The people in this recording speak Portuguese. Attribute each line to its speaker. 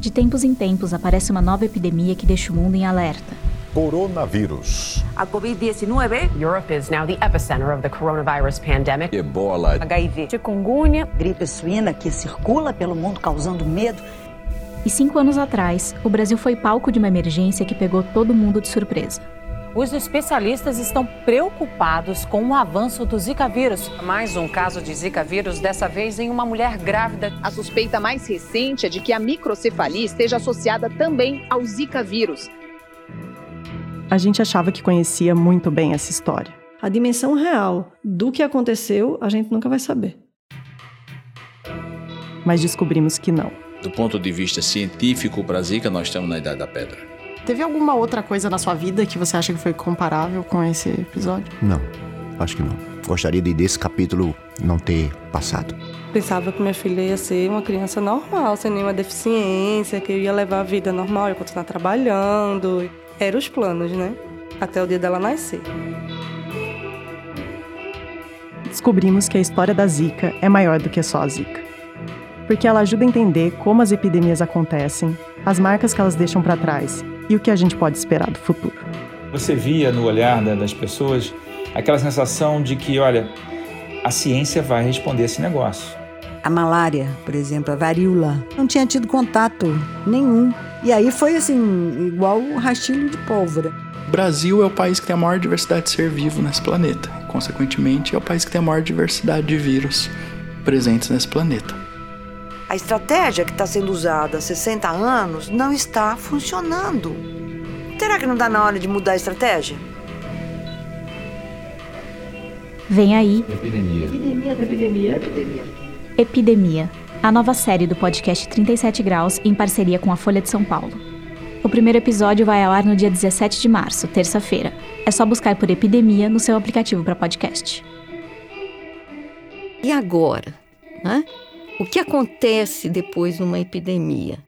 Speaker 1: De tempos em tempos aparece uma nova epidemia que deixa o mundo em alerta.
Speaker 2: Coronavírus.
Speaker 3: A Covid-19.
Speaker 4: Europe is now the epicenter of the coronavirus pandemic.
Speaker 2: Ebola.
Speaker 3: HIV.
Speaker 4: Chikungunya.
Speaker 5: Gripe suína que circula pelo mundo causando medo.
Speaker 1: E cinco anos atrás, o Brasil foi palco de uma emergência que pegou todo mundo de surpresa.
Speaker 6: Os especialistas estão preocupados com o avanço do Zika vírus.
Speaker 7: Mais um caso de Zika vírus, dessa vez em uma mulher grávida.
Speaker 8: A suspeita mais recente é de que a microcefalia esteja associada também ao Zika vírus.
Speaker 9: A gente achava que conhecia muito bem essa história.
Speaker 10: A dimensão real do que aconteceu, a gente nunca vai saber.
Speaker 9: Mas descobrimos que não.
Speaker 11: Do ponto de vista científico para a Zika, nós estamos na Idade da Pedra.
Speaker 12: Teve alguma outra coisa na sua vida que você acha que foi comparável com esse episódio?
Speaker 13: Não, acho que não. Gostaria de desse capítulo não ter passado.
Speaker 14: Pensava que minha filha ia ser uma criança normal, sem nenhuma deficiência, que eu ia levar a vida normal, ia continuar trabalhando. Eram os planos, né? Até o dia dela nascer.
Speaker 9: Descobrimos que a história da Zika é maior do que só a Zika. Porque ela ajuda a entender como as epidemias acontecem, as marcas que elas deixam para trás e o que a gente pode esperar do futuro.
Speaker 15: Você via no olhar das pessoas aquela sensação de que, olha, a ciência vai responder esse negócio.
Speaker 5: A malária, por exemplo, a varíola, não tinha tido contato nenhum. E aí foi assim, igual o rastilho de pólvora.
Speaker 16: O Brasil é o país que tem a maior diversidade de ser vivo nesse planeta. Consequentemente, é o país que tem a maior diversidade de vírus presentes nesse planeta.
Speaker 17: A estratégia que está sendo usada há 60 anos não está funcionando. Será que não está na hora de mudar a estratégia?
Speaker 1: Vem aí.
Speaker 18: Epidemia. Epidemia, epidemia, epidemia.
Speaker 1: Epidemia. A nova série do podcast 37 Graus em parceria com a Folha de São Paulo. O primeiro episódio vai ao ar no dia 17 de março, terça-feira. É só buscar por Epidemia no seu aplicativo para podcast.
Speaker 19: E agora? Né? O que acontece depois de uma epidemia?